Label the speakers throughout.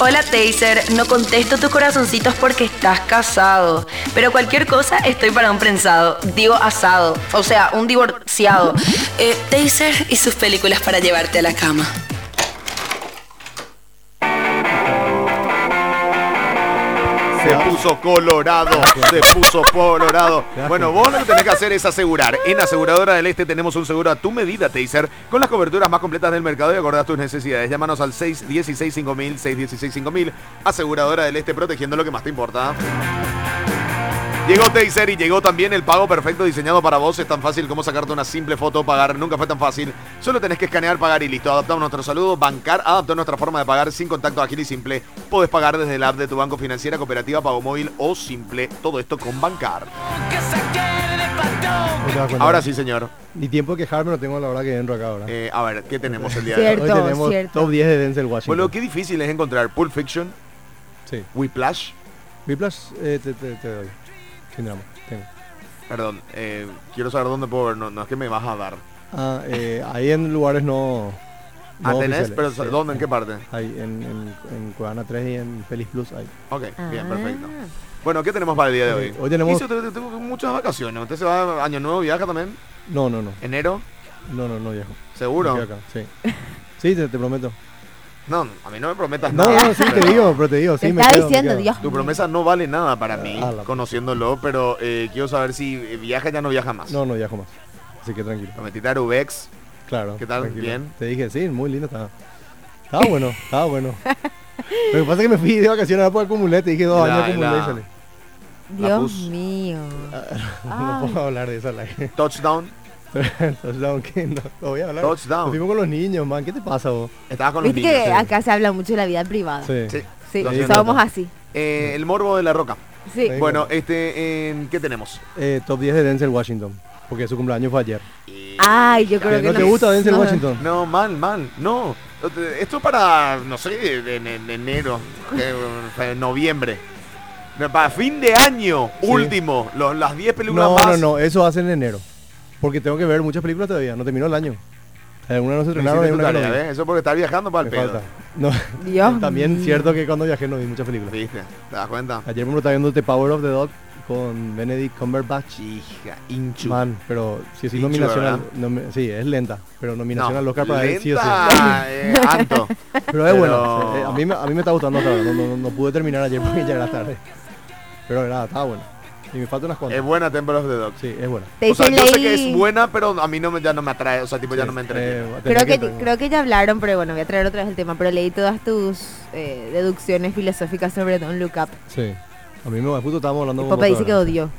Speaker 1: Hola Taser, no contesto tus corazoncitos porque estás casado. Pero cualquier cosa estoy para un prensado. Digo asado. O sea, un divorciado. Eh, Taser y sus películas para llevarte a la cama.
Speaker 2: Se puso colorado, se puso colorado. Bueno, vos lo que tenés que hacer es asegurar. En Aseguradora del Este tenemos un seguro a tu medida, Taser, con las coberturas más completas del mercado y acordás tus necesidades. Llámanos al 616-5000, 616-5000. Aseguradora del Este, protegiendo lo que más te importa. Llegó Taser y llegó también el pago perfecto diseñado para vos. Es tan fácil como sacarte una simple foto, pagar. Nunca fue tan fácil. Solo tenés que escanear, pagar y listo. Adaptamos nuestro saludo, bancar, adaptó nuestra forma de pagar sin contacto ágil y simple. Podés pagar desde el app de tu banco financiera, cooperativa, pago móvil o simple. Todo esto con bancar.
Speaker 3: No te das cuenta.
Speaker 2: Ahora sí, señor.
Speaker 3: Ni tiempo de quejarme no tengo a la hora que entro acá ahora.
Speaker 2: Eh, a ver, ¿qué tenemos el día de hoy?
Speaker 3: Hoy
Speaker 4: Cierto.
Speaker 3: tenemos
Speaker 4: cierto.
Speaker 3: top 10 de Denzel Washington.
Speaker 2: Bueno, qué difícil es encontrar Pulp Fiction,
Speaker 3: Sí.
Speaker 2: Whiplash,
Speaker 3: Whiplash, eh, te, te, te doy. Sin drama. Tengo.
Speaker 2: perdón, eh, quiero saber dónde puedo ver, no, no es que me vas a dar.
Speaker 3: Ah, eh, ahí en lugares no. no
Speaker 2: Ah, tenés,
Speaker 3: oficiales.
Speaker 2: pero
Speaker 3: Sí.
Speaker 2: ¿dónde? ¿En qué parte?
Speaker 3: Ahí en, en, en Cuevana 3 y en Feliz Plus. Ahí.
Speaker 2: Ok, bien,
Speaker 4: Ah.
Speaker 2: perfecto. Bueno, ¿qué tenemos para el día de hoy?
Speaker 3: Eh, hoy tenemos-
Speaker 2: Hice otro- tengo muchas vacaciones. Usted se va a año nuevo, viaja también.
Speaker 3: No, no, no.
Speaker 2: Enero,
Speaker 3: No, no, no viejo.
Speaker 2: seguro.
Speaker 3: Me quedo acá, Sí. Sí, te, te prometo.
Speaker 2: No, a mí no me prometas
Speaker 3: No,
Speaker 2: nada.
Speaker 3: no, sí, te digo, pero te digo,
Speaker 4: Te
Speaker 3: sí, me
Speaker 4: estaba
Speaker 3: quedo, me
Speaker 4: diciendo,
Speaker 3: quedo.
Speaker 4: Dios
Speaker 2: Tu
Speaker 4: mío.
Speaker 2: promesa no vale nada para mí,
Speaker 3: Ah, la-
Speaker 2: conociéndolo, pero eh, quiero saber si eh, viaja ya no viaja más.
Speaker 3: No, no viajo más. Así que tranquilo.
Speaker 2: Lo metiste a Arubex.
Speaker 3: Claro.
Speaker 2: ¿Qué tal?
Speaker 3: tranquilo.
Speaker 2: ¿Bien?
Speaker 3: Te dije, sí, muy lindo estaba. Estaba bueno, estaba bueno. Lo que pasa es que me fui de vacaciones ahora porque acumulé, te dije dos
Speaker 2: La-
Speaker 3: años acumulé
Speaker 2: la-
Speaker 3: y salí.
Speaker 4: Dios
Speaker 2: pus.
Speaker 4: mío. Ah.
Speaker 3: No puedo hablar de esa la que.
Speaker 2: Touchdown.
Speaker 3: Touchdown, que no, no voy a hablar.
Speaker 2: Touchdown.
Speaker 3: Nos fuimos con los niños, man. ¿Qué te pasa vos?
Speaker 2: Estabas con los
Speaker 4: Viste
Speaker 2: niños.
Speaker 4: que acá se habla mucho de la vida privada. Sí,
Speaker 3: Sí.
Speaker 2: Sí. lo siento.
Speaker 4: somos así.
Speaker 2: Eh, el morbo de la roca.
Speaker 4: Sí.
Speaker 3: Venga.
Speaker 2: Bueno, este, eh, ¿qué tenemos?
Speaker 3: Eh, top 10 de Denzel Washington. Porque su cumpleaños fue ayer. Eh,
Speaker 4: Ay, yo creo
Speaker 3: ¿No
Speaker 4: que
Speaker 3: te gusta Denzel
Speaker 4: no.
Speaker 3: Washington?
Speaker 2: No, mal, mal. No. Esto es para, no sé, en, en enero, eh, en noviembre. No, Para fin de año,
Speaker 3: Sí.
Speaker 2: último. lo- las 10 películas
Speaker 3: No,
Speaker 2: más.
Speaker 3: no, no, eso hace en enero. Porque tengo que ver muchas películas todavía, no terminó el año. Algunas no se
Speaker 2: No
Speaker 3: estrenaron, hay
Speaker 2: hiciste tu
Speaker 3: una que
Speaker 2: tarea,
Speaker 3: no vi.
Speaker 2: ¿ves? Eso porque estás viajando para el
Speaker 3: Me
Speaker 2: pedo.
Speaker 3: falta. No,
Speaker 4: Dios
Speaker 3: también
Speaker 4: mío.
Speaker 3: cierto que cuando viajé no vi muchas películas.
Speaker 2: ¿Viste? ¿Te das cuenta?
Speaker 3: Ayer me estaba viendo The Power of the Dog con Benedict Cumberbatch.
Speaker 2: Hija, inchu.
Speaker 3: Man, pero si es
Speaker 2: Dicho,
Speaker 3: nominación al-
Speaker 2: ¿verdad?
Speaker 3: nomi- sí, es lenta, pero
Speaker 2: No,
Speaker 3: nominación al Oscar para él sí o sí.
Speaker 2: lenta, eh, Anto.
Speaker 3: Pero es
Speaker 2: Pero-
Speaker 3: bueno, eh, a mí, me- a mí me está gustando hasta ahora, no, no- no pude terminar ayer porque ya era tarde. Pero nada, estaba bueno. Y me faltan unas
Speaker 2: Es
Speaker 3: cuantas.
Speaker 2: buena Temple of the Dog.
Speaker 3: Sí, es buena.
Speaker 4: Te
Speaker 2: O sea,
Speaker 4: hice
Speaker 2: yo sé que
Speaker 4: leí-
Speaker 2: es buena, pero a mí no me, ya no me atrae. O sea, tipo, ya no me entretiene.
Speaker 3: Eh, tendría
Speaker 4: Creo que,
Speaker 3: terminar.
Speaker 4: creo que ya hablaron, pero bueno, voy a traer otra vez el tema. Pero leí todas tus eh, deducciones filosóficas sobre Don Look Up.
Speaker 3: Sí. A mí me justo estábamos hablando
Speaker 4: Mi
Speaker 3: con
Speaker 4: papá dice que
Speaker 3: Cotorra.
Speaker 4: odió.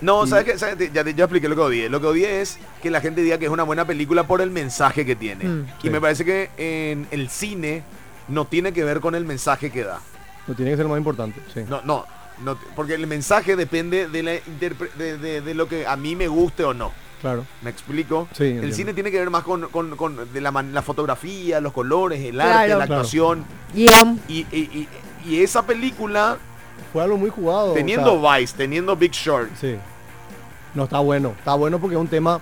Speaker 2: No, ¿sabes qué? ¿Sabes? Te- Ya, te- ya expliqué lo que odié. Lo que odié es que la gente diga que es una buena película por el mensaje que tiene.
Speaker 4: Mm.
Speaker 2: Y
Speaker 3: Sí.
Speaker 2: me parece que en el cine no tiene que ver con el mensaje que da.
Speaker 3: No tiene que ser lo más importante, sí.
Speaker 2: No, no. no t- porque el mensaje depende de, la interpre- de, de- de lo que a mí me guste o no.
Speaker 3: Claro.
Speaker 2: ¿Me explico?
Speaker 3: Sí,
Speaker 2: el
Speaker 3: entiendo.
Speaker 2: cine tiene que ver más con, con- con de la, man- la fotografía, los colores, el
Speaker 4: Claro.
Speaker 2: arte, la
Speaker 3: Claro.
Speaker 2: actuación.
Speaker 4: Guión.
Speaker 2: Y, y- y- y esa película,
Speaker 3: Fue algo muy jugado. o
Speaker 2: teniendo
Speaker 3: sea,
Speaker 2: Vice, teniendo Big Short,
Speaker 3: Sí. No, está bueno. Está bueno porque es un tema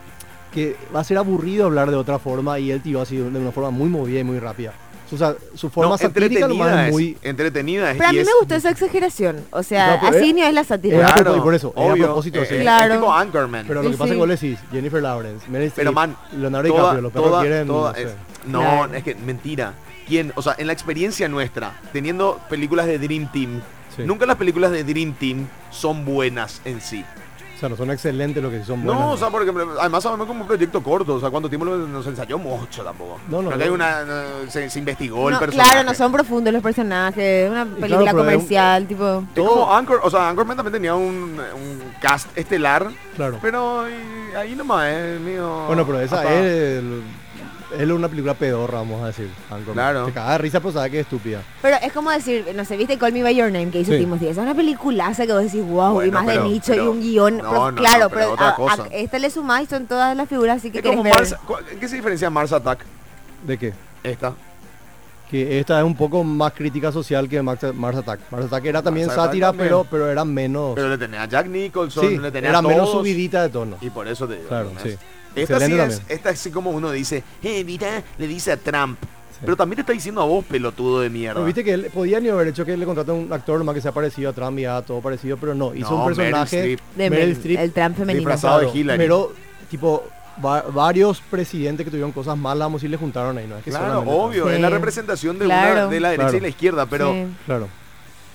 Speaker 3: que va a ser aburrido hablar de otra forma y él tiró así de una forma muy movida y muy rápida. O sea, su forma
Speaker 2: no,
Speaker 3: satírica nomás
Speaker 2: entretenida
Speaker 3: es
Speaker 2: es,
Speaker 3: muy...
Speaker 2: entretenida es,
Speaker 4: Pero a
Speaker 2: y
Speaker 4: mí
Speaker 2: es-
Speaker 4: me gustó esa exageración. O sea,
Speaker 3: No, pero
Speaker 4: así
Speaker 3: es-
Speaker 4: ni es
Speaker 3: Era
Speaker 4: la
Speaker 2: ah,
Speaker 4: sátira.
Speaker 3: a propósito- y por eso, era a propósito,
Speaker 2: eh,
Speaker 3: sí.
Speaker 2: eh,
Speaker 4: Claro.
Speaker 2: Es tipo Anchorman.
Speaker 3: Pero lo
Speaker 4: Sí,
Speaker 3: que pasa
Speaker 4: sí.
Speaker 3: con Leslie, Jennifer Lawrence, Meryl
Speaker 2: Pero,
Speaker 3: Streep,
Speaker 2: man,
Speaker 3: Leonardo
Speaker 2: Toda-
Speaker 3: DiCaprio, los perros
Speaker 2: toda-
Speaker 3: quieren...
Speaker 2: toda-
Speaker 3: no sé.
Speaker 2: es- no,
Speaker 4: Claro.
Speaker 2: es que mentira. ¿Quién? O sea, en la experiencia nuestra, teniendo películas de Dream Team,
Speaker 3: Sí.
Speaker 2: nunca las películas de Dream Team son buenas en sí.
Speaker 3: O sea, no son excelentes lo que sí son buenas.
Speaker 2: No, o sea, porque además sabemos como un proyecto corto, o sea, cuánto tiempo lo- nos ensayó mucho tampoco.
Speaker 3: No, no,
Speaker 2: Creo
Speaker 3: no.
Speaker 2: que hay una, no, se, se investigó el
Speaker 4: No,
Speaker 2: personaje.
Speaker 4: claro, no son profundos los personajes. Una película
Speaker 3: pero es un-
Speaker 4: comercial, tipo.
Speaker 2: Es como Anchor, o sea, Anchorman también tenía un, un cast estelar,
Speaker 3: Claro.
Speaker 2: pero eh, ahí nomás es mío.
Speaker 3: Bueno, pero esa
Speaker 2: Apa.
Speaker 3: es, el- es una película pedorra, vamos a decir. Anchorman.
Speaker 2: Claro.
Speaker 3: Se caga de risa, pero sabe que es estúpida.
Speaker 4: Pero es como decir, no sé, viste Call Me By Your Name que hizo
Speaker 3: Sí.
Speaker 4: Timothy. Esa es una peliculaza que vos decís, wow, y
Speaker 2: Bueno,
Speaker 4: más
Speaker 2: pero-
Speaker 4: de nicho y
Speaker 2: pero-
Speaker 4: un guión.
Speaker 2: no,
Speaker 4: prof-
Speaker 2: no,
Speaker 4: claro,
Speaker 2: no, pero
Speaker 4: pero,
Speaker 2: otra
Speaker 4: a- a-
Speaker 2: cosa.
Speaker 4: esta le sumás y son todas las figuras, así que
Speaker 2: Es
Speaker 4: querés
Speaker 2: como
Speaker 4: ver.
Speaker 2: Mars, ¿cuál- ¿Qué se diferencia Mars Attack?
Speaker 3: ¿De qué?
Speaker 2: Esta.
Speaker 3: Que esta es un poco más crítica social que Max, Mars Attack. Mars Attack era también
Speaker 2: Mars Attack
Speaker 3: sátira,
Speaker 2: también.
Speaker 3: pero, pero era menos...
Speaker 2: Pero le tenía a Jack Nicholson,
Speaker 3: sí,
Speaker 2: le tenía
Speaker 3: era
Speaker 2: a todos.
Speaker 3: menos subidita de tono.
Speaker 2: Y por eso te digo.
Speaker 3: Claro,
Speaker 2: ¿no?
Speaker 3: sí.
Speaker 2: Esta sí,
Speaker 3: Excelente
Speaker 2: es,
Speaker 3: también.
Speaker 2: esta sí como uno dice, "Eh, mira, le dice a Trump. Pero también te está diciendo a vos, pelotudo de mierda.
Speaker 3: Pero viste que él podía ni haber hecho que le contrató a un actor nomás que sea parecido a Trump y a todo parecido, pero no, hizo
Speaker 2: No,
Speaker 3: un
Speaker 2: Meryl
Speaker 3: personaje
Speaker 2: Streep.
Speaker 4: De
Speaker 3: Meryl
Speaker 4: Meryl-
Speaker 3: Streep,
Speaker 4: el Trump femenino.
Speaker 2: Disfrazado de
Speaker 3: claro,
Speaker 2: Hillary.
Speaker 3: Pero, tipo, va- varios presidentes que tuvieron cosas malas, vamos a decir, le juntaron ahí, ¿no? Es que
Speaker 2: Claro,
Speaker 3: solamente Trump.
Speaker 2: obio,
Speaker 4: Sí.
Speaker 2: es la representación de,
Speaker 4: Claro.
Speaker 2: una, de la derecha
Speaker 3: Claro.
Speaker 2: y la izquierda, pero
Speaker 4: Sí.
Speaker 3: Claro.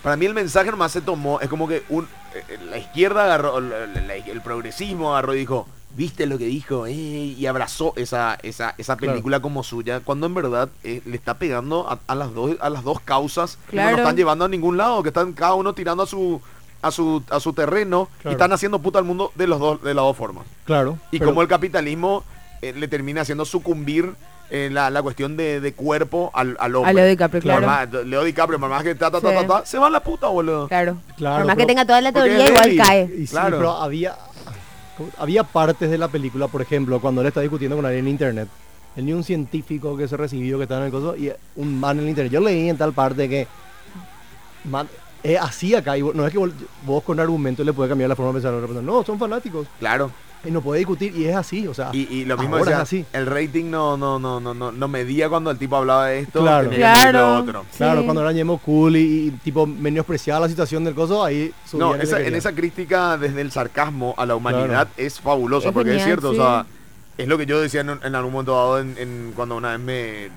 Speaker 2: para mí el mensaje nomás se tomó, es como que un, eh, la izquierda agarró, la- la- la- el progresismo agarró y dijo, viste lo que dijo, Eh, y abrazó esa, esa, esa
Speaker 3: Claro.
Speaker 2: película como suya, cuando en verdad eh, le está pegando a, a las dos, a las dos causas que no
Speaker 4: Claro.
Speaker 2: nos están llevando a ningún lado, que están cada uno tirando a su, a su, a su terreno y
Speaker 3: Claro.
Speaker 2: están haciendo puta al mundo de los dos, de las dos formas.
Speaker 3: Claro.
Speaker 2: Y
Speaker 3: pero-
Speaker 2: como el capitalismo eh, le termina haciendo sucumbir eh, la, la cuestión de, de cuerpo al, al hombre.
Speaker 4: A Leo DiCaprio,
Speaker 2: Por
Speaker 4: claro.
Speaker 2: más- Leo DiCaprio, por más que ta, ta, ta,
Speaker 4: Sí.
Speaker 2: ta, ta, se va a la puta, boludo.
Speaker 4: Claro.
Speaker 3: Claro,
Speaker 4: Por más
Speaker 3: pero-
Speaker 4: que tenga toda la
Speaker 2: porque
Speaker 4: teoría,
Speaker 2: es
Speaker 4: igual
Speaker 2: débil.
Speaker 4: cae.
Speaker 3: Y sí,
Speaker 2: Eh, Claro.
Speaker 3: pero había, ¿cómo? había partes de la película, por ejemplo, cuando él está discutiendo con alguien en internet. Él ni un científico que se recibió, que está en el coso, y un man en el internet. Yo leí en tal parte que. Man, es así acá. Y vos- no es que vos, vos con argumentos le puedes cambiar la forma de pensar a otra persona. No, son fanáticos.
Speaker 2: Claro.
Speaker 3: Y no puede discutir. Y es así, o sea.
Speaker 2: Y, y lo mismo
Speaker 3: Ah, ahora
Speaker 2: decía,
Speaker 3: es así.
Speaker 2: el rating no, no, no, no, no, no medía cuando el tipo hablaba de esto,
Speaker 3: Claro.
Speaker 2: tenía que decir
Speaker 4: Claro.
Speaker 2: lo otro.
Speaker 3: Claro,
Speaker 4: Sí.
Speaker 3: cuando eran Yemo cool y, y, tipo menospreciaba la situación del coso, ahí subían
Speaker 2: No,
Speaker 3: y le
Speaker 2: esa- en
Speaker 3: querían.
Speaker 2: esa crítica desde el sarcasmo a la humanidad es fabulosa,
Speaker 4: Es
Speaker 2: porque es
Speaker 4: genial,
Speaker 2: cierto,
Speaker 4: sí.
Speaker 2: o sea, es lo que yo decía en, un- en algún momento dado en, en- cuando una vez me...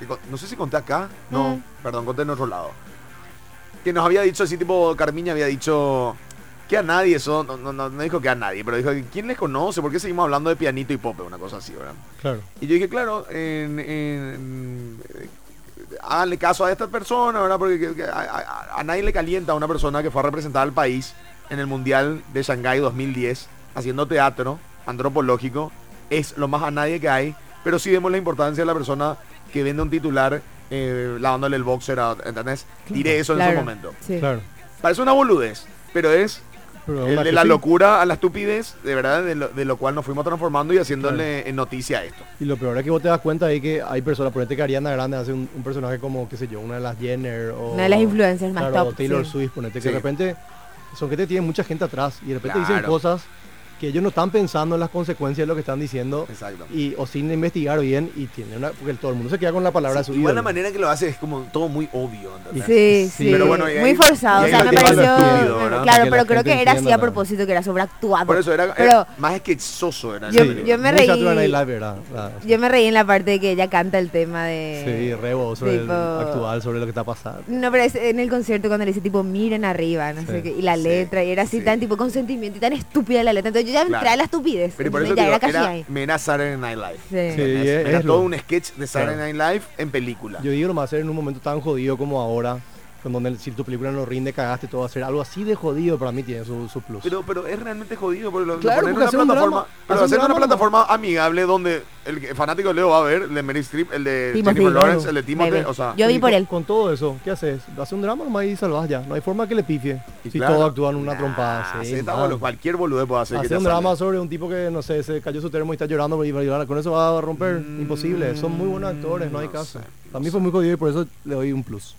Speaker 2: te con- No sé si conté acá, no,
Speaker 4: Mm.
Speaker 2: perdón, conté en otro lado. Que nos había dicho así tipo, Carmiña había dicho que a nadie, eso, no, no, no- no dijo que a nadie, pero dijo, ¿quién les conoce? ¿Por qué seguimos hablando de pianito y pop? Una cosa así, ¿verdad?
Speaker 3: Claro.
Speaker 2: Y yo dije, claro, en, en- eh, háganle caso a esta persona, ¿verdad? Porque que- que a, a- a nadie le calienta a una persona que fue a representar al país en el Mundial de Shanghái 2010, haciendo teatro antropológico. Es lo más a nadie que hay, pero sí vemos la importancia de la persona que vende un titular eh, lavándole el boxer, a, ¿entendés? Tiré eso en
Speaker 4: Claro.
Speaker 2: su momento.
Speaker 4: Sí.
Speaker 3: Claro.
Speaker 2: Parece una boludez, pero es
Speaker 3: Pero
Speaker 2: el
Speaker 3: una
Speaker 2: de
Speaker 3: que
Speaker 2: la
Speaker 3: sí.
Speaker 2: locura a la estupidez, de verdad, de lo, de lo cual nos fuimos transformando y haciéndole eh, noticia a esto.
Speaker 3: Y lo peor es que vos te das cuenta ahí que hay personas, por ejemplo, que Ariana Grande hace un, un personaje como, qué sé yo, una de las Jenner o...
Speaker 4: Una de las influencers más
Speaker 3: claro,
Speaker 4: top,
Speaker 3: Taylor
Speaker 4: sí.
Speaker 3: Swift, ponete, que
Speaker 2: Sí.
Speaker 3: de repente son gente que tiene mucha gente atrás y de repente dicen
Speaker 2: Claro.
Speaker 3: cosas que ellos no están pensando en las consecuencias de lo que están diciendo
Speaker 2: Exacto.
Speaker 3: y, o sin investigar bien y tiene una... Porque todo el mundo se queda con la palabra de su
Speaker 2: Sí, igual la
Speaker 3: ídolo.
Speaker 2: manera en que lo hace es como todo muy obvio. ¿entendés?
Speaker 4: Sí,
Speaker 3: Sí,
Speaker 4: sí.
Speaker 2: pero bueno, y ahí-
Speaker 4: Muy
Speaker 2: y
Speaker 4: forzado. O
Speaker 2: ahí
Speaker 4: sea,
Speaker 2: lo
Speaker 4: me
Speaker 2: lleva a
Speaker 4: pareció.
Speaker 2: lo estúpido, ¿verdad?
Speaker 3: Que
Speaker 4: Claro,
Speaker 3: la
Speaker 4: pero creo
Speaker 3: gente
Speaker 4: que era así
Speaker 3: entienda,
Speaker 4: a
Speaker 3: ¿no?
Speaker 4: propósito, que era sobreactuado.
Speaker 2: Por eso era, era
Speaker 4: Pero-
Speaker 2: más esquezoso. Era
Speaker 3: Sí,
Speaker 4: Yo-
Speaker 2: la película.
Speaker 4: yo me
Speaker 3: muy
Speaker 4: reí-
Speaker 3: Saturday Night Live era, era-
Speaker 4: Yo me reí en la parte de que ella canta el tema de.
Speaker 3: Sí, rebo sobre
Speaker 4: tipo-
Speaker 3: el actual, sobre lo que está pasando.
Speaker 4: No, pero es en el concierto cuando le dice tipo, miren arriba, no
Speaker 3: Sí.
Speaker 4: sé qué, y la
Speaker 2: Sí,
Speaker 4: letra, y era así
Speaker 2: sí.
Speaker 4: tan tipo consentimiento y tan estúpida la letra. Entonces yo ya entré
Speaker 2: Claro.
Speaker 4: a la estupidez.
Speaker 2: Pero por eso
Speaker 4: ¿entendés?
Speaker 2: te
Speaker 4: ya
Speaker 2: digo,
Speaker 4: era casi
Speaker 2: era,
Speaker 4: ahí.
Speaker 2: me era Saturday Night Live.
Speaker 4: Sí.
Speaker 3: Sí.
Speaker 2: ¿entendés?
Speaker 3: es-
Speaker 2: era
Speaker 3: es
Speaker 2: todo
Speaker 3: lo-
Speaker 2: un sketch de Saturday
Speaker 3: Claro.
Speaker 2: Night Live en película.
Speaker 3: Yo digo, no va a ser en un momento tan jodido como ahora, con donde si tu película no rinde, cagaste todo, hacer algo así de jodido para mí tiene su, su plus.
Speaker 2: Pero, pero es realmente jodido porque lo, lo
Speaker 3: Claro,
Speaker 2: ponen en
Speaker 3: porque
Speaker 2: una
Speaker 3: hacer un
Speaker 2: plataforma.
Speaker 3: drama,
Speaker 2: pero
Speaker 3: hacer un
Speaker 2: hacer una
Speaker 3: drama,
Speaker 2: plataforma amigable donde el que- fanático de Leo va a ver, el de Mary Streep, el de
Speaker 4: Timothy,
Speaker 2: Jennifer Lawrence,
Speaker 4: claro.
Speaker 2: el de Timothy,
Speaker 4: Bebé.
Speaker 2: o sea.
Speaker 4: Yo vi
Speaker 3: Y
Speaker 4: por
Speaker 3: con-
Speaker 4: él.
Speaker 3: Con todo eso, ¿qué haces? Hace un drama nomás y salvas ya. No hay forma que le pifie.
Speaker 2: y
Speaker 3: si
Speaker 2: claro,
Speaker 3: todos actúan una
Speaker 2: nah,
Speaker 3: trompada.
Speaker 2: sí,
Speaker 3: Sí,
Speaker 2: está
Speaker 3: man.
Speaker 2: boludo, cualquier boludo puede hacer que
Speaker 3: Hacer
Speaker 2: te
Speaker 3: un drama
Speaker 2: salga.
Speaker 3: sobre un tipo que, no sé, se cayó su termo y está llorando y va a llorar. Con eso va a romper. Imposible. Son muy buenos actores, no hay
Speaker 2: Mm, no
Speaker 3: caso.
Speaker 2: sé,
Speaker 3: Para mí fue muy jodido y por eso le doy un plus.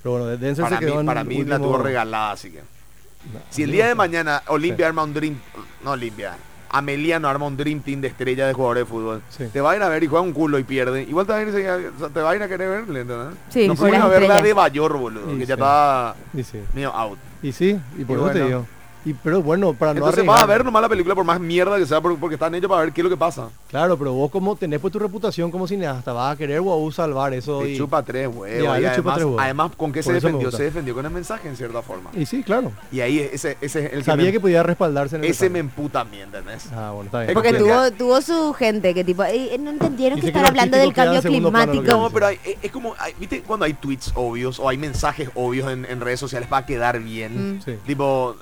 Speaker 3: Pero bueno, Denzel
Speaker 2: Para
Speaker 3: se quedó
Speaker 2: mí,
Speaker 3: en
Speaker 2: para mí la
Speaker 3: último-
Speaker 2: tuvo regalada, así que.
Speaker 3: Nah,
Speaker 2: Si el
Speaker 3: amigo,
Speaker 2: día de
Speaker 3: sí.
Speaker 2: mañana Olimpia arma un Dream... No Olimpia. Ameliano arma un Dream Team de estrellas de jugadores de fútbol.
Speaker 3: Sí.
Speaker 2: Te va a ir a ver y juega un culo y pierde. Igual te va a ir, o sea, te va a, ir a querer verle, ¿entendés?
Speaker 4: Sí,
Speaker 2: Nos
Speaker 4: por
Speaker 2: fuimos
Speaker 4: las
Speaker 2: a ver la
Speaker 4: estrellas.
Speaker 2: de Bayor, boludo.
Speaker 3: Sí,
Speaker 2: que
Speaker 3: sí.
Speaker 2: ya estaba
Speaker 3: Y sí.
Speaker 2: medio out.
Speaker 3: Y sí, y por
Speaker 2: Y
Speaker 3: eso te
Speaker 2: bueno.
Speaker 3: digo. Y, pero bueno, para no
Speaker 2: Entonces
Speaker 3: arriesgar.
Speaker 2: vas a ver nomás la película por más mierda que sea por- porque están hechos para ver qué es lo que pasa.
Speaker 3: Claro, pero vos como tenés pues tu reputación como cineasta, vas a querer o a salvar eso.
Speaker 2: Te
Speaker 3: Y,
Speaker 2: chupa tres huevos.
Speaker 3: Ya,
Speaker 2: y
Speaker 3: le chupa
Speaker 2: además,
Speaker 3: tres huevos.
Speaker 2: además, ¿con qué se
Speaker 3: Por eso me
Speaker 2: defendió?
Speaker 3: gusta.
Speaker 2: Se defendió con el mensaje en cierta forma.
Speaker 3: y sí, claro.
Speaker 2: Y ahí ese, ese es el
Speaker 3: Sabía
Speaker 2: que,
Speaker 3: que podía respaldarse en
Speaker 2: me,
Speaker 3: el
Speaker 2: ese me
Speaker 3: mensaje.
Speaker 2: emputa a mí, ¿entendés?
Speaker 3: Ah, bueno, está bien.
Speaker 2: Es
Speaker 4: Porque
Speaker 2: Porque
Speaker 4: tuvo, tuvo su gente que tipo, "Ey, no entendieron
Speaker 3: Y
Speaker 4: que
Speaker 3: sé que
Speaker 4: están
Speaker 3: lo
Speaker 4: hablando del
Speaker 3: artístico queda en
Speaker 4: cambio
Speaker 3: segundo plano,
Speaker 4: climático.
Speaker 3: lo
Speaker 2: No, pero hay- es, es como, hay- ¿viste cuando hay tweets obvios o hay mensajes obvios en, en redes sociales para quedar bien?
Speaker 4: Mm.
Speaker 3: Sí.
Speaker 2: Tipo,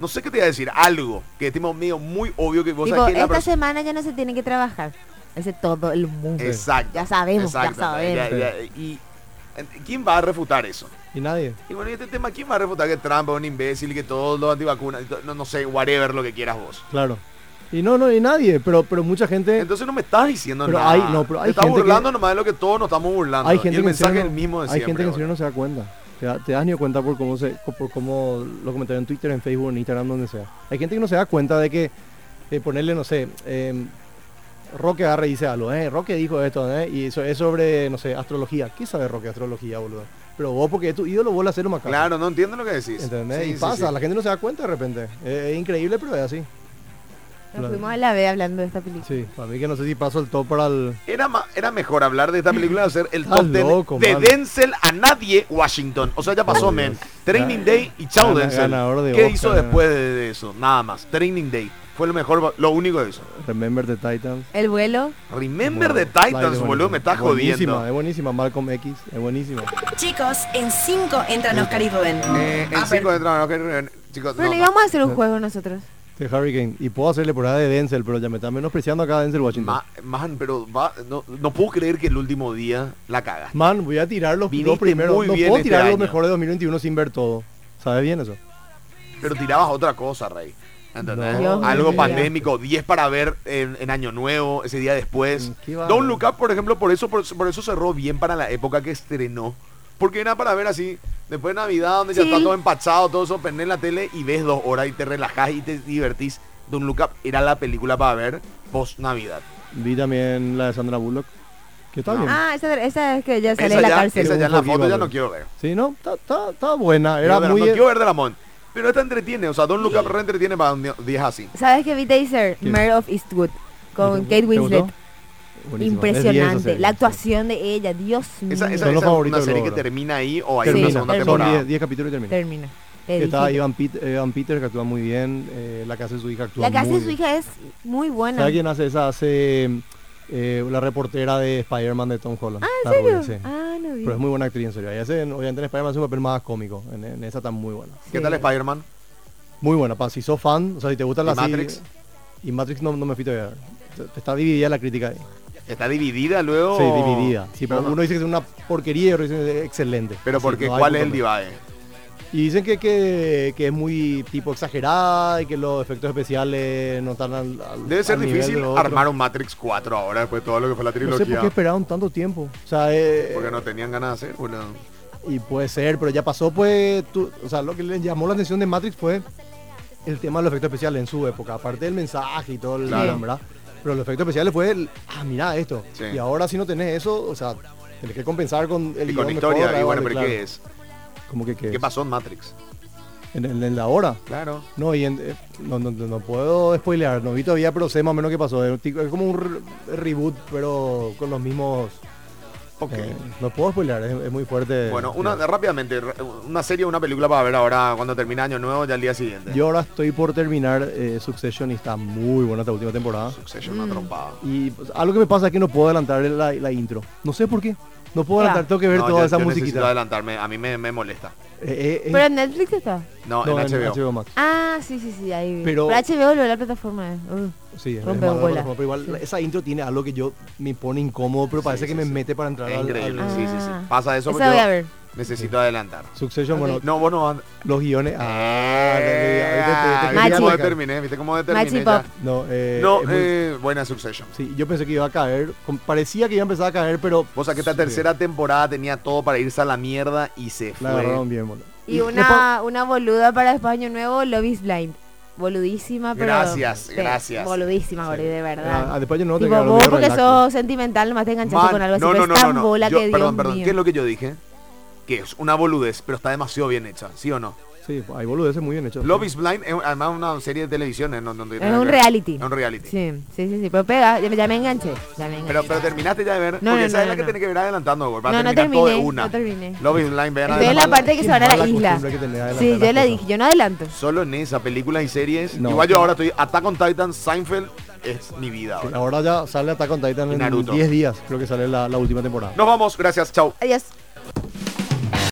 Speaker 2: no sé qué te iba a decir, algo que tipo medio muy obvio que vos
Speaker 4: Tipo,
Speaker 2: sabés que la
Speaker 4: esta
Speaker 2: persona-
Speaker 4: semana ya no se tiene que trabajar. Ese todo el mundo.
Speaker 2: Exacto.
Speaker 4: Ya sabemos,
Speaker 2: exacto,
Speaker 4: ya sabemos.
Speaker 2: ya- ya- y eh, ¿quién va a refutar eso?
Speaker 3: Y nadie.
Speaker 2: Y bueno, y este tema, ¿quién va a refutar que Trump es un imbécil, que todos los antivacunas, y to- no, no sé, whatever lo que quieras vos?
Speaker 3: Claro. Y no, no, y nadie. Pero, pero mucha gente.
Speaker 2: Entonces no me estás diciendo
Speaker 3: Pero
Speaker 2: nada.
Speaker 3: hay- no, pero hay
Speaker 2: te estás
Speaker 3: gente que-
Speaker 2: burlando nomás de lo que todos nos estamos burlando.
Speaker 3: hay
Speaker 2: y
Speaker 3: gente
Speaker 2: el
Speaker 3: que en serio
Speaker 2: mensaje es
Speaker 3: no-
Speaker 2: el mismo de
Speaker 3: Hay
Speaker 2: siempre.
Speaker 3: gente que en
Speaker 2: boludo.
Speaker 3: serio no se da cuenta. Te, da- te das ni cuenta por cómo se, por cómo lo comentaron en Twitter, en Facebook, en Instagram, donde sea. Hay gente que no se da cuenta de que eh, ponerle, no sé, eh, Roque agarra y dice algo, eh, Roque dijo esto, eh, y eso es sobre, no sé, astrología. ¿Qué sabe Roque de astrología, boludo? Pero vos, porque es tu ídolo, vos lo haces lo más caro.
Speaker 2: Claro, no entiendo lo que decís.
Speaker 3: ¿Entendés?
Speaker 2: Sí,
Speaker 3: y
Speaker 2: sí,
Speaker 3: pasa,
Speaker 2: sí.
Speaker 3: la gente no se da cuenta de repente. Eh, Es, increíble, pero es así.
Speaker 4: Nos fuimos a la B hablando de esta película.
Speaker 3: Sí, para mí que no sé si paso el top para el...
Speaker 2: Era, ma- era mejor hablar de esta película de hacer el
Speaker 3: Estás
Speaker 2: top 10
Speaker 3: loco,
Speaker 2: de
Speaker 3: man.
Speaker 2: Denzel a nadie Washington. O sea, ya pasó,
Speaker 3: Oh,
Speaker 2: men.
Speaker 3: Dios.
Speaker 2: Training
Speaker 3: Gana-
Speaker 2: Day y chao,
Speaker 3: gana-
Speaker 2: Denzel.
Speaker 3: ganador de
Speaker 2: ¿Qué
Speaker 3: Oscar,
Speaker 2: hizo
Speaker 3: gana-
Speaker 2: después de, de eso? Nada más. Training Day. Fue lo mejor, lo único de eso.
Speaker 3: Remember the Titans.
Speaker 4: El vuelo,
Speaker 2: Remember the
Speaker 3: Bueno, Light
Speaker 2: Titans, boludo,
Speaker 3: es buenísimo. eh.
Speaker 2: me estás jodiendo.
Speaker 3: Buenísima, es buenísima. Malcolm X, es buenísima.
Speaker 1: Chicos, en 5 entran Oscar y Rubén.
Speaker 2: Eh, en
Speaker 1: Ah,
Speaker 2: cinco
Speaker 1: pero-
Speaker 2: de trabajo, ok, eh, chicos,
Speaker 4: pero
Speaker 2: no,
Speaker 4: le
Speaker 2: no.
Speaker 4: íbamos a hacer un juego nosotros.
Speaker 3: The Este Hurricane. Y puedo hacerle por de Denzel, pero ya me está menospreciando acá a Denzel Washington.
Speaker 2: Ma- man, pero va- no, no puedo creer que el último día la cagas.
Speaker 3: Man, voy a tirar los
Speaker 2: Viniste
Speaker 3: dos primeros.
Speaker 2: muy
Speaker 3: No
Speaker 2: bien
Speaker 3: puedo
Speaker 2: este
Speaker 3: tirar
Speaker 2: año.
Speaker 3: los mejores de 2021 sin ver todo. ¿Sabes bien eso?
Speaker 2: Pero tirabas otra cosa, Rey. ¿Entendés?
Speaker 3: No, Dios
Speaker 2: Algo
Speaker 3: mío.
Speaker 2: pandémico, 10 para ver en, en Año Nuevo, ese día después.
Speaker 3: Mm, qué bárbaro.
Speaker 2: Don Look Up, por ejemplo, por eso, por, por eso cerró bien para la época que estrenó. Porque era para ver así, después de Navidad, donde ya
Speaker 4: Sí.
Speaker 2: está todo empachado, todo eso, prendés la tele y ves dos horas y te relajás y te divertís. Don Look Up era la película para ver post Navidad.
Speaker 3: Vi también la de Sandra Bullock. Que está
Speaker 2: No.
Speaker 3: bien.
Speaker 4: Ah, esa, esa es que ya sale
Speaker 2: Esa
Speaker 4: de la
Speaker 2: ya,
Speaker 4: cárcel.
Speaker 2: esa ya en la
Speaker 3: Hugo
Speaker 2: foto ya
Speaker 3: Gilbert.
Speaker 2: no quiero ver.
Speaker 3: Sí, no, está, está- está buena. Era
Speaker 2: Quiero ver-
Speaker 3: muy. e-
Speaker 2: no quiero ver de la Mon. Pero esta entretiene, o sea, Don Look Up re entretiene para un día- días así.
Speaker 4: ¿Sabes qué vi Taser?
Speaker 3: ¿Qué?
Speaker 4: Mare of Eastwood. Con
Speaker 3: ¿Te
Speaker 4: Kate
Speaker 3: gustó?
Speaker 4: Winslet.
Speaker 3: Buenísima. Es 10 esa
Speaker 4: Impresionante.
Speaker 3: serie.
Speaker 4: La actuación de ella, Dios mío.
Speaker 2: Esa, esa,
Speaker 3: Son los
Speaker 2: esa es una
Speaker 3: favoritos
Speaker 2: serie que
Speaker 3: luego, ¿no?
Speaker 2: termina ahí o hay
Speaker 3: Termina,
Speaker 2: una segunda
Speaker 4: termina.
Speaker 2: temporada.
Speaker 3: Son 10 10 capítulos y termina.
Speaker 4: Termina. Te
Speaker 3: Está
Speaker 4: dije.
Speaker 3: Ivan, Pit- Evan Peter, que actúa muy bien. eh, la que hace su hija actúa
Speaker 4: La que hace
Speaker 3: muy
Speaker 4: su
Speaker 3: bien.
Speaker 4: hija es muy buena.
Speaker 3: ¿Sabe quién hace esa? Hace eh, la reportera de Spider-Man de Tom Holland.
Speaker 4: Ah, ¿En
Speaker 3: La
Speaker 4: serio?
Speaker 3: rubia, sí.
Speaker 4: Ah, no vi.
Speaker 3: Pero es muy buena actriz, en serio. Ella hace, en- obviamente en Spider-Man hace un papel más cómico. En, en esa está muy buena.
Speaker 2: ¿Qué
Speaker 4: Sí.
Speaker 2: tal Spider-Man?
Speaker 3: Muy buena, pa. Si sos fan, o sea, si te gustan
Speaker 2: ¿Y
Speaker 3: las...
Speaker 2: Matrix?
Speaker 3: Y Matrix no, no me fui todavía. Te- te Está dividida la crítica ahí.
Speaker 2: Está dividida luego.
Speaker 3: Sí, dividida. Sí,
Speaker 2: pero
Speaker 3: pero uno dice que es una porquería y otro dice que es excelente.
Speaker 2: Pero
Speaker 3: Sí,
Speaker 2: porque
Speaker 3: no hay
Speaker 2: ¿cuál
Speaker 3: punto
Speaker 2: es el
Speaker 3: medio.
Speaker 2: divae?
Speaker 3: Y dicen que, que, que es muy tipo exagerada y que los efectos especiales no están al, al-
Speaker 2: Debe ser
Speaker 3: al nivel de
Speaker 2: difícil
Speaker 3: lo otro.
Speaker 2: armar un Matrix 4 ahora después de todo lo que fue la
Speaker 3: No sé por
Speaker 2: trilogía.
Speaker 3: qué esperaron tanto tiempo. O sea, eh,
Speaker 2: porque no tenían ganas de hacer, boludo.
Speaker 3: Y puede ser, pero ya pasó, pues. tú- o sea, lo que le llamó la atención de Matrix fue el tema de los efectos especiales en su época. Aparte del mensaje y todo el
Speaker 2: Claro.
Speaker 3: drama, ¿verdad? Pero los efectos especiales fue el, ah, mira esto.
Speaker 2: Sí.
Speaker 3: Y ahora si no tenés eso, o sea, tenés que compensar con el
Speaker 2: Y con
Speaker 3: guión
Speaker 2: historia.
Speaker 3: mejor,
Speaker 2: y bueno,
Speaker 3: algo,
Speaker 2: pero
Speaker 3: claro.
Speaker 2: ¿qué es?
Speaker 3: ¿Cómo que qué?
Speaker 2: ¿Qué
Speaker 3: es?
Speaker 2: pasó en Matrix?
Speaker 3: En, en- en la hora.
Speaker 2: Claro.
Speaker 3: No, y en- eh, no, no, no- no puedo spoilear, no vi todavía, pero sé más o menos qué pasó. Es tico- es como un re- reboot, pero con los mismos...
Speaker 2: Ok.
Speaker 3: eh, no puedo spoilear, es, es muy fuerte.
Speaker 2: bueno, una,
Speaker 3: Eh,
Speaker 2: rápidamente, ra- una serie o una película para ver ahora cuando termina Año Nuevo ya el día siguiente.
Speaker 3: Yo ahora estoy por terminar eh, Succession y está muy buena esta última temporada.
Speaker 2: Succession,
Speaker 3: Mm.
Speaker 2: una trompada.
Speaker 3: Y pues, algo que me pasa es que no puedo adelantar la, la intro. No sé por qué. No puedo
Speaker 4: Ya.
Speaker 3: adelantar, tengo que ver
Speaker 2: No,
Speaker 3: toda
Speaker 2: yo-
Speaker 3: esa
Speaker 2: yo necesito
Speaker 3: musiquita.
Speaker 2: adelantarme, a mí me, me molesta.
Speaker 3: Eh, eh, eh,
Speaker 4: Pero en Netflix está.
Speaker 2: No,
Speaker 3: no,
Speaker 2: en, HBO.
Speaker 3: Max.
Speaker 4: Ah, sí, sí, sí, ahí vi.
Speaker 3: Pero-
Speaker 4: Pero, HBO lo de la plataforma. es, uh.
Speaker 3: Sí, es
Speaker 4: Rompe
Speaker 3: más
Speaker 4: bola.
Speaker 3: plataforma, pero igual la- esa intro tiene algo que yo me pone incómodo, pero parece
Speaker 2: sí,
Speaker 3: que me
Speaker 2: sí.
Speaker 3: mete para entrar
Speaker 2: Es
Speaker 3: al- al-
Speaker 2: increíble,
Speaker 4: al-
Speaker 2: sí, sí, sí.
Speaker 4: Ah.
Speaker 2: Pasa eso porque
Speaker 4: Esa voy
Speaker 2: yo
Speaker 4: a ver.
Speaker 2: necesito adelantar.
Speaker 3: Succession,
Speaker 4: Ok.
Speaker 3: bueno,
Speaker 2: No, vos no vas-
Speaker 3: los guiones. Ah,
Speaker 2: Ah,
Speaker 3: te- te- te- te-
Speaker 2: ¿Viste cómo
Speaker 4: Machi.
Speaker 2: determiné? ¿Viste cómo determiné
Speaker 4: Machi
Speaker 2: ya?
Speaker 4: Pop.
Speaker 3: no, eh,
Speaker 2: No,
Speaker 3: es muy-
Speaker 2: eh, buena Succession.
Speaker 3: sí, yo pensé que iba a caer. com- Parecía que iba a empezar a caer, pero.
Speaker 2: O sea que esta
Speaker 3: sí,
Speaker 2: tercera temporada tenía todo para irse a la mierda y se
Speaker 3: La
Speaker 2: fue.
Speaker 3: agarraron bien, boludo.
Speaker 4: Y
Speaker 3: después-
Speaker 4: una, una boluda para España Nuevo, Love is Blind. Boludísima, pero.
Speaker 2: Gracias,
Speaker 4: Sí,
Speaker 2: gracias.
Speaker 4: Boludísima, gordi, de
Speaker 3: Ah, ah,
Speaker 4: verdad.
Speaker 3: después yo no te
Speaker 4: tipo,
Speaker 3: quedaron
Speaker 4: vos
Speaker 3: medio
Speaker 4: porque
Speaker 3: relax.
Speaker 4: sos sentimental, nomás te enganchaste
Speaker 2: Man,
Speaker 4: con algo así.
Speaker 2: no,
Speaker 4: pero
Speaker 2: no,
Speaker 4: es
Speaker 2: no,
Speaker 4: tan
Speaker 2: no, no.
Speaker 4: bola
Speaker 2: Yo-
Speaker 4: que Dios
Speaker 2: perdón, perdón.
Speaker 4: mío.
Speaker 2: ¿Qué es lo que yo dije? Que es una boludez, pero está demasiado bien hecha, ¿sí o no?
Speaker 3: Sí, pues, hay boludeces muy bien hechos.
Speaker 2: Love is Blind es además una serie de televisión. ¿eh? No- no- no tiene
Speaker 4: Es
Speaker 2: nada
Speaker 4: un
Speaker 2: que ver.
Speaker 4: reality.
Speaker 2: Es un reality.
Speaker 4: Sí, sí, sí, sí. Pero pega, ya me, ya me enganché. Ya me enganché.
Speaker 2: Pero, pero terminaste ya de ver.
Speaker 4: No,
Speaker 2: porque
Speaker 4: no,
Speaker 2: esa es
Speaker 4: no,
Speaker 2: la que
Speaker 4: no.
Speaker 2: tiene que ver adelantando, güey, para
Speaker 4: no, no
Speaker 2: terminar todo de
Speaker 4: terminé.
Speaker 2: una.
Speaker 4: No terminé.
Speaker 2: Love is Blind, vean
Speaker 4: Estoy en
Speaker 2: adelantando.
Speaker 4: la parte que
Speaker 3: Qué
Speaker 4: se van a la
Speaker 3: mala
Speaker 4: isla.
Speaker 3: costumbre que tenés de adelantar
Speaker 4: Sí,
Speaker 3: las
Speaker 4: yo le
Speaker 3: cosas.
Speaker 4: dije, yo no adelanto.
Speaker 2: Solo en esa películas y series.
Speaker 3: No.
Speaker 2: Igual yo ahora estoy Attack on Titan, Seinfeld es mi vida ahora.
Speaker 3: Ahora ya sale Attack on Titan
Speaker 2: Y Naruto.
Speaker 3: en 10 días. Creo que sale la, la última temporada.
Speaker 2: Nos vamos, gracias, chao.
Speaker 4: Adiós.